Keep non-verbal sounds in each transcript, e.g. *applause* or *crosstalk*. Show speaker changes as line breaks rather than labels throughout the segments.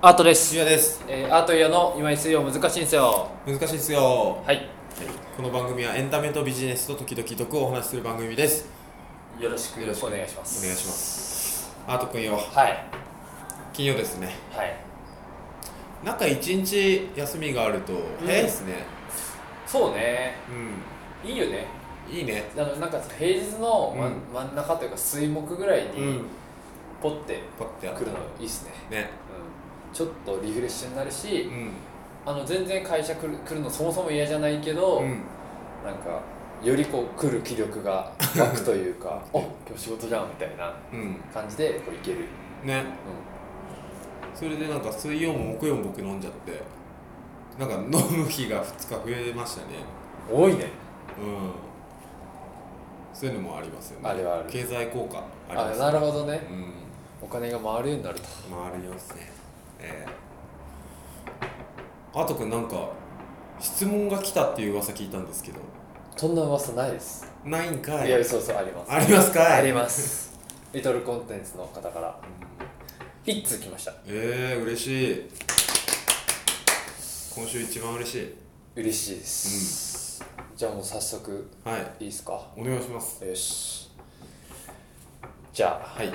アートです
ジ、ュです
えーアートイヤの今井水曜難しいんですよ
難しいですよ
はい
この番組はエンタメとビジネスと時々毒をお話しする番組です
よろしくお願いします
お願いしますアートくんよ
はい
金曜ですね
はい
なんか一日休みがあると早いですね
そうね
う
いいよね
んいいね
あのなんかさ平日の真,、
うん
真ん中というか水木ぐらいにポッて
パッてや
来
っ
るのいいっすね、
ね
うん、ちょっとリフレッシュになるし、
うん
あの全然会社来る来るのそもそも嫌じゃないけど、
うん
なんかよりこう来る気力が湧くという *laughs* かあ今日仕事じゃんみたいな
うん
感じでこういける、
ね
う
それでなんか水曜も木曜も僕飲んじゃってなんか飲む日が2日増えましたね
ん、多いね
うんそういうのもありますよね
あるある
経済効果あり
あ
ます
なるほどね
うん
お金が回るようになると
回りますねええあとくんなんか質問が来たっていう噂聞いたんですけど
そんな噂ないです、
ないんか
い、
い
やそうそうあります
ありますかい
あり
す
ますリトルコンテンツの方から一通来ました
ええ嬉しい今週一番嬉しい
嬉しいです、じゃあもう早速
はい
いいですか
お願いします
よしじゃあ
はいは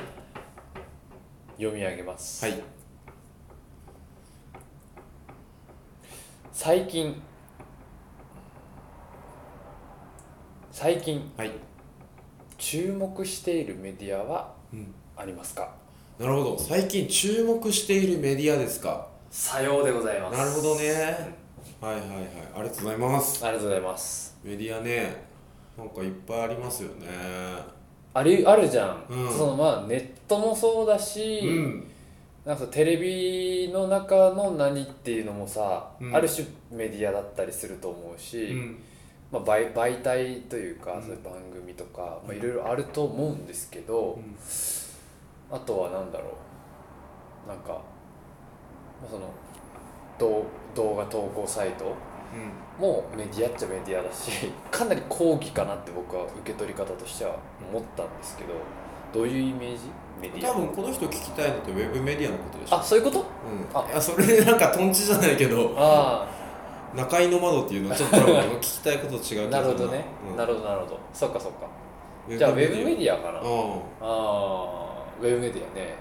読み上げます、
い
最近最近
はい
注目しているメディアは
うん
ありますか
なるほど最近注目しているメディアですか
さようでございま
なるほどねはいはいはいありがとうございます
ありがとうございます
メディアねなんかいっぱいありますよね
あれあるじゃん、
うん
そのまあネットもそうだし、
うん
なんかテレビの中の何っていうのもさ、
うん
ある種メディアだったりすると思うし、
うん
まあ、媒媒体というか、
うん
そういう番組とか、まあ、いろいろあると思うんですけど、
うん
あとは何だろうなんか、まあ、その動動画投稿サイト
うん
もメディアっちゃメディアだし *laughs* かなり抗議かなって僕は受け取り方としては思ったんですけどどういうイメージメディ
多
ア
分この人聞きたいのってウェブメディアのことでしょ
あそういうこと
うん、
あ
あそれでなんかとんちじゃないけど
ああ
中井の窓っていうのはちょっと多分聞きたいことと違う
なるほどね、な
る
るほどなるほどそっかそっかじゃあウェブメディアかなあ
ア
あーウェブメディアね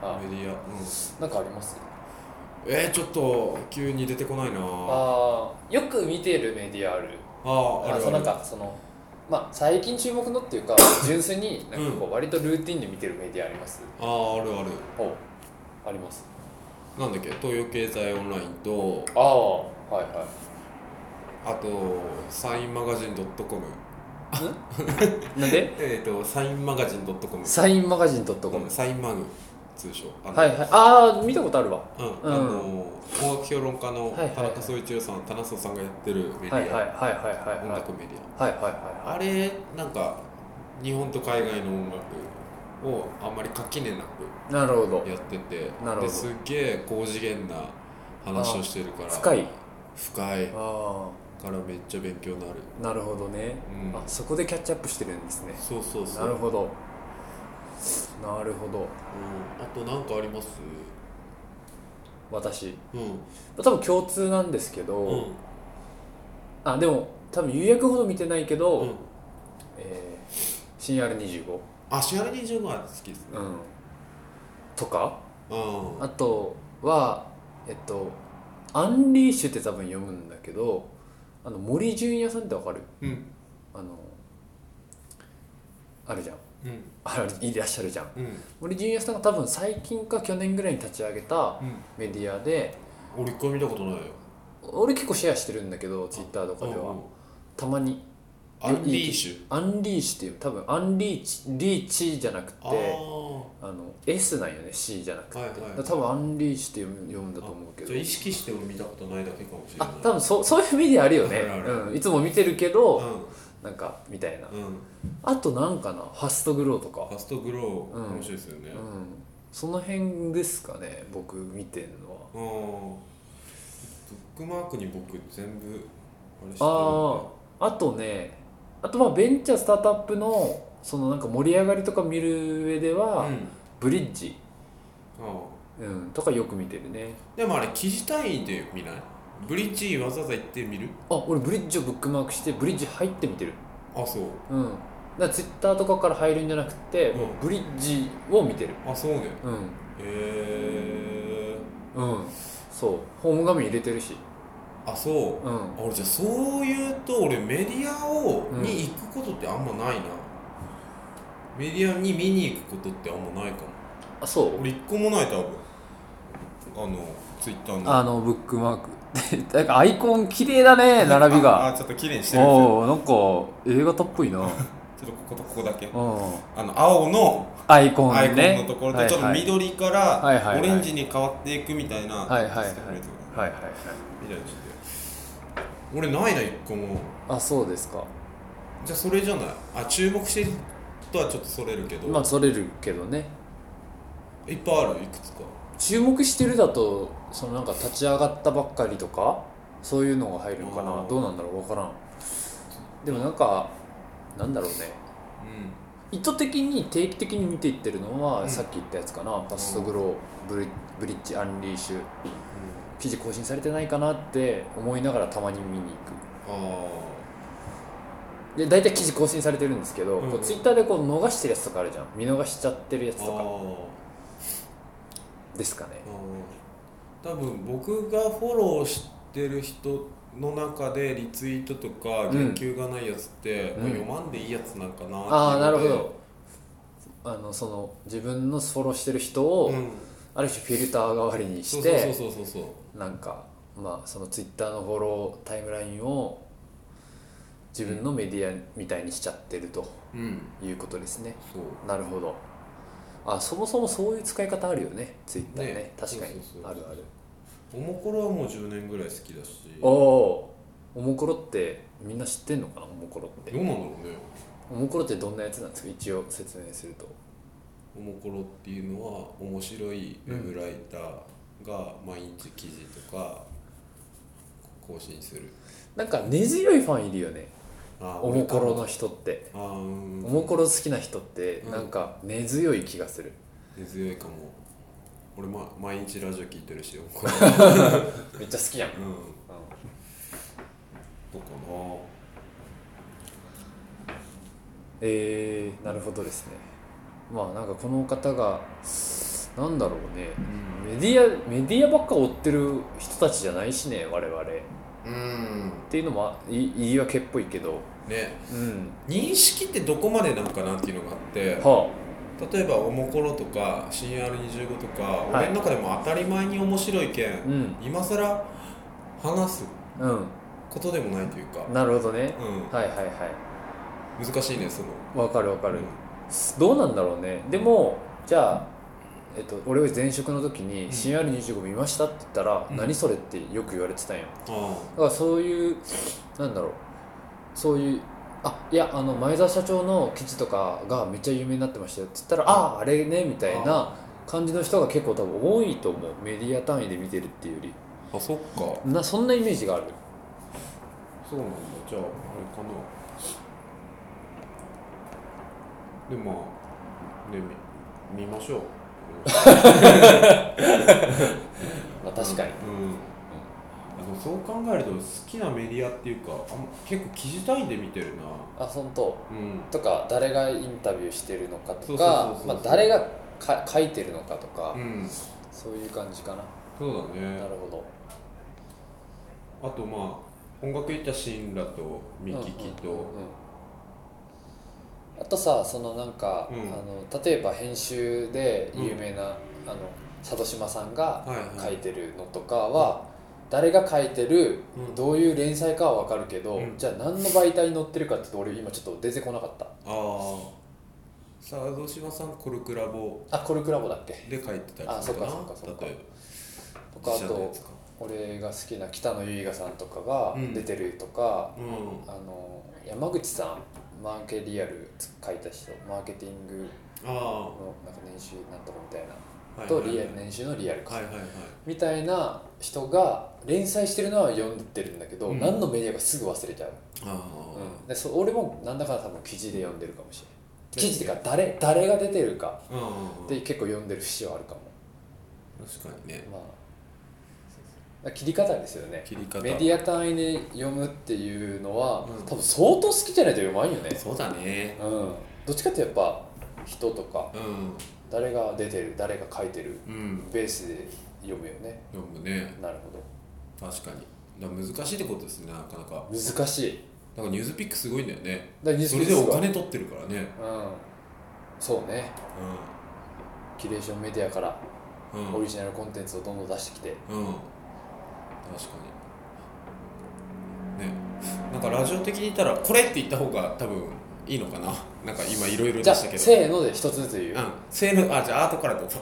うん、
あ
うん、メディア、うん、
なんかあります
えー、ちょっと急に出てこないなあ
ああよく見てるメディアある
あ
あ
ある
そ
あ
うなん
る
かそのまあ最近注目のっていうか純粋になんかこう割とルーティンで見てるメディアあります
あーあるある
おあります
なんだっけ東洋経済オンラインと
ああはいは
あとサインマガジン .com
いなんで
えっ、ー、とサインマガジン .com
サインマガジン .com
サインマグ通称あの
はいはいああ見たことあるわ
うん、
うん
あの音楽評論家の
はいはい
田中総一郎さん、田中総さんがやってるメディア、
はいはいはいはいはい
音
はい
楽メディ
はいはい
ア、あれなんか日本と海外の音楽をあんまり垣根な
はいなるほど
くやってて
なるほど
ですっげえ高次元な話をしてるから
あ深い
深い
あ
からめっちゃ勉強になる、
あなるほどね
うん、
あそこでキャッチアップしてるんですね
そうそうそう
なるほどなるほど
うん、あと何かあります
私
うん
多分共通なんですけど、
うん
あでも多分夕薬ほど見てないけど、
うん
えー、CR25、
あシアリ25が好きですね
うん、とか
うん
あとはえっと「アンリーシュ」って多分読むんだけどあの森純也さんってわかる
うん
あのあるじゃん
うん
あいらっしゃるじゃん
うん
森純也さんが多分最近か去年ぐらいに立ち上げた
うん
メディアで、
俺一回見たことないよ
俺結構シェアしてるんだけどツイッターとかでは、
うんうん
たまに
アンリーシュ
「アンリーシュ」っていう多分「アンリーチ」リーチじゃなくて
ああー
あの S なんよね C じゃなくて、
はいはい
だから多分「アンリーシュ」って読む読むんだと思うけ
じゃあ意
ど
識しても見たことないだけかもしれない
あ多分そうそういうメディアあるよね
あるある
うん、いつも見てるけど、なんかみたいな
うんうん
あとなんかな「ファストグロー」と
フ
か、
ァストグロー
うん
面白いですよね
うん、その辺ですかね僕見てるのは
うんブックマークに僕全部あれしてる
あ
ん
ああとねあとまあベンチャースタートアップのそのなんか盛り上がりとか見る上では、
でうん
ブリッジ
あ
うん、とかよく見てるね
でもあれ記事単位で見ないブリッジわざわざ行ってみる
あ俺ブリッジをブックマークしてブリッジ入ってみてる
あそう
うんだからツイッターとかから入るんじゃなくて、
うん
もうブリッジを見てる
あそうね
う
へえ
んうんそうホーム画面入れてるし
あそう
うん
あ俺じゃあそういうと俺メディアを
うん
に行くことってあんまないな、メディアに見に行くことってあんまないかも
あそう
俺一個もない多分あのツイッターの
あのブックマーク *laughs* なんかアイコン綺麗だね並び
あ
が
あちょっと綺麗にしてるんですよ
おおなんか映画たっぽいなうん
ちょっとこことここだけあの青の
アイコンね
アイコンのところでちょっと
はいはい
緑か
はいはい
ら
はい
オレンジに変わっていくみたいな
はいはいはい
ちょっとこれとか
はいはいはい
みたいなちょっと俺ないな一個も
あそうですか
じゃあそれじゃないあ注目してるとはちょっとそれるけど、
まあそれるけどね
いっぱいあるいくつか
注目してるだとそのなんか立ち上がったばっかりとかそういうのが入るのか
あ
な
ー
どうなんだろう分からんでもなんかなんだろうね
うん
意図的に定期的に見ていってるのは、
うん
さっき言ったやつかなファストグローブリブリッジアンリーシュ記事更新されてないかなって思いながらたまに見に行く
ああ
で大体記事更新されてるんですけど、
うん
こうツイッターでこう逃してるやつとかあるじゃん見逃しちゃってるやつ
あ
とか
ー
ですかね
多分僕がフォローしてる人の中でリツイートとか
うん
言及がないやつって、
うん
もう読まんでいいやつなんかなっていうので
あーなるほどあのその自分のフォローしてる人を、
うん、
ある種フィルター代わりに
そ
し
うそう
て
そうそうそうそう
なんかまあそのツイッターのフォロータイムラインを自分のメディアみたいにしちゃってると
うん
いうことですね、
そう
なるほどあそもそもそういう使い方あるよねツイッターね
ね
確かに
そうそうそう
あるある
おもころはもう10年ぐらい好きだし
おおーおもころってみんな知ってんのかなおもころっ
どう
て
なんだろうね
おもころってどんなやつなんですか一応説明すると
おもころっていうのは面白いウェブライターが毎日記事とか更新する
なんか根強いファンいるよね
あー
おもころの人って
あーうん
おもころ好きな人って
うん
なんか根強い気がする、
根強いかも俺、ま、毎日ラジオ聞いてるしよう
*laughs*
ん
めっちゃ好きやん、
どうかな
えー、なるほどですねまあなんかこの方がなんだろうねメディアメディアばっか追ってる人たちじゃないしね我々っ
うん
ていうのもい言い訳っぽいけど
ね
うん
認識ってどこまでなんかなっていうのがあって
は
例えば「おもころ」とか「CR25」とか
い
俺の中でも当たり前に面白いけ
あ
ん、
うん
今更話す
う
ことでもないというか、
んなるほどね
う
はいはいは
ん、難しいねその
いわかるわかる
うん
どうなんだろうねでもじゃあえっと、俺が前職の時に「
ん
CR25 見ました?」って言ったら「
うん
何それ?」ってよく言われてたんよ
あ
だからそういうなんだろうそういうあいやあの前澤社長の記事とかがめっちゃ有名になってましたよって言ったら、あああれねみたいな感じの人が結構多分多いと思うメディア単位で見てるっていうより
あそっか
なそんなイメージがある
そうなんだじゃああれかなでまあねみ見ましょう
まあ、 *laughs* 確かに、
うん、あのそう考えると好きなメディアっていうかあんま結構記事単位で見てるな
あ本当
うん
とか誰がインタビューしてるのかと
そうそうそう
か
そう
まあ誰がか書いてるのかとか、
うん
そういう感じかな、
そうだね
なるほど
あとまあ音楽いったシーンだとミキキと、
うんうんうんあとさそのなんか、
うん
あの例えば編集で有名な、あの佐渡島さんが
はいはい
書いてるのとかは、誰が書いてる、
うん
どういう連載かは分かるけど、
うん
じゃあ何の媒体に載ってるかって言うと俺今ちょっと出てこなかった
ああさあ堂島さんコルクラボ
あコルクラボだっけ
で書いてたり
あ
する
そっかそっかそっか
例え
と
ば
か
自
あ
社のや
と
つか
俺が好きな北野由里香さんとかが出てるとか、
うん
あの山口さんマーケリアル書いた人マーケティング
あ
のなんか年収なんとかみたいな
あ
とリアル
ね
年収のリアルか、
はいはいはい
みたいな人が連載してるのは読んでるんだけど、
うん
何のメディアかすぐ忘れちゃう、う
あ
ん
あ
でそ俺もなんだかんだ多分記事で読んでるかもしれない記事っていうか誰誰が出てるか
うんうんうん
で結構読んでる節はあるかも
確かにね
まあ切り方ですよね
切り方
メディア単位で読むっていうのは、
うん
多分相当好きじゃないと読まんよね
そうだね
うんどっちかっていうとやっぱ人とか
う
誰が出てる誰が書いてる
んうん
ベースで読むよね
読むね
なるほど
確かにだから難しいってことですねなかなか
難しい
だからニュースピックすごいんだよね
だからニュース
そ
ピ
れ
ッ
で
クス
お
は
金取ってるからね
うんそうねキュレーションメディアから
うんう
オ
ん
リジナルコンテンツをどんどん出してきて
うん確かにねなんかラジオ的に言ったらこれって言った方が多分いいのかななんか今いろい
じ
ろ
ゃ
で
あ
したけど
せーので一つずつ言う、
うんせーのあじゃあアートからどうぞ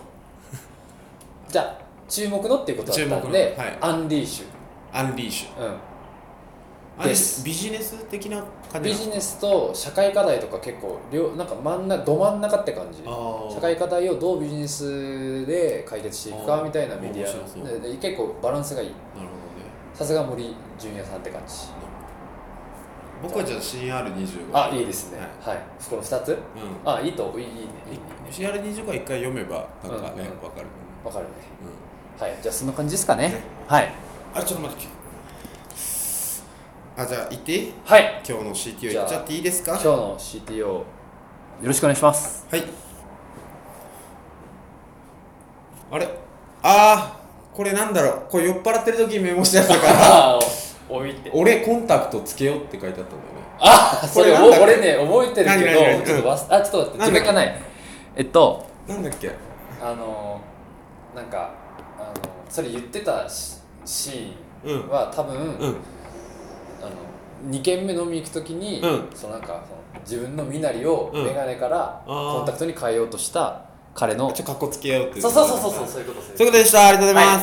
じゃあ注目のっていうことだったんで、
注目のはい
アンリーシ
アンリーシュ
ュ、うん、
アンリ
で
ー
す
シュビジネス的な感じ
ビ
なの
ジネスと社会課題とか結構両なんか真ん中ど真ん中って感じ
あー
社会課題をどうビジネスで解決していく
あ
か
ー
みたいなメディ
面白
ア
そう
でで結構バランスがいい
なるほどね
さすが森純也さんって感じ
僕はじゃあ CR25
あいいですね
は
はい、この2つ
いうん
あいいといいいいねいいね
CR25 は一回読めばなん
うんうん
かねわかるもんね
わかるね
う
はいじゃあそんな感じですかねはい
んあれちょっと待ってあじゃあ行っていい
はい
今日の CTO
じゃ
行
あ
っちゃっていいですか
今日の CTO よろしくお願いします
はいあれあーこれなんだろうこれ酔っ払ってる時にメモしてあったから
*laughs* ああ置いて
俺コンタクトつけようって書いてあったんだよね
あそれ
これなんだっけ
俺ね覚えてるけ
何
ど
何何
ちょっと忘あちょっと待って
なんだっけ
時間がないえっと
なんだっけ
あのーなんかあのそれ言ってたシシ
う
ーン
ん
は多分、
うん
あの2軒目飲み行く時に、
うん
そのなんかその自分の身なりを
うん
眼鏡から
あー
コンタクトに変えようとした彼の、
ちょっとかっこつけようって
そうそうそうそうそう
う
そういうことです
ということでしたありがとうございます、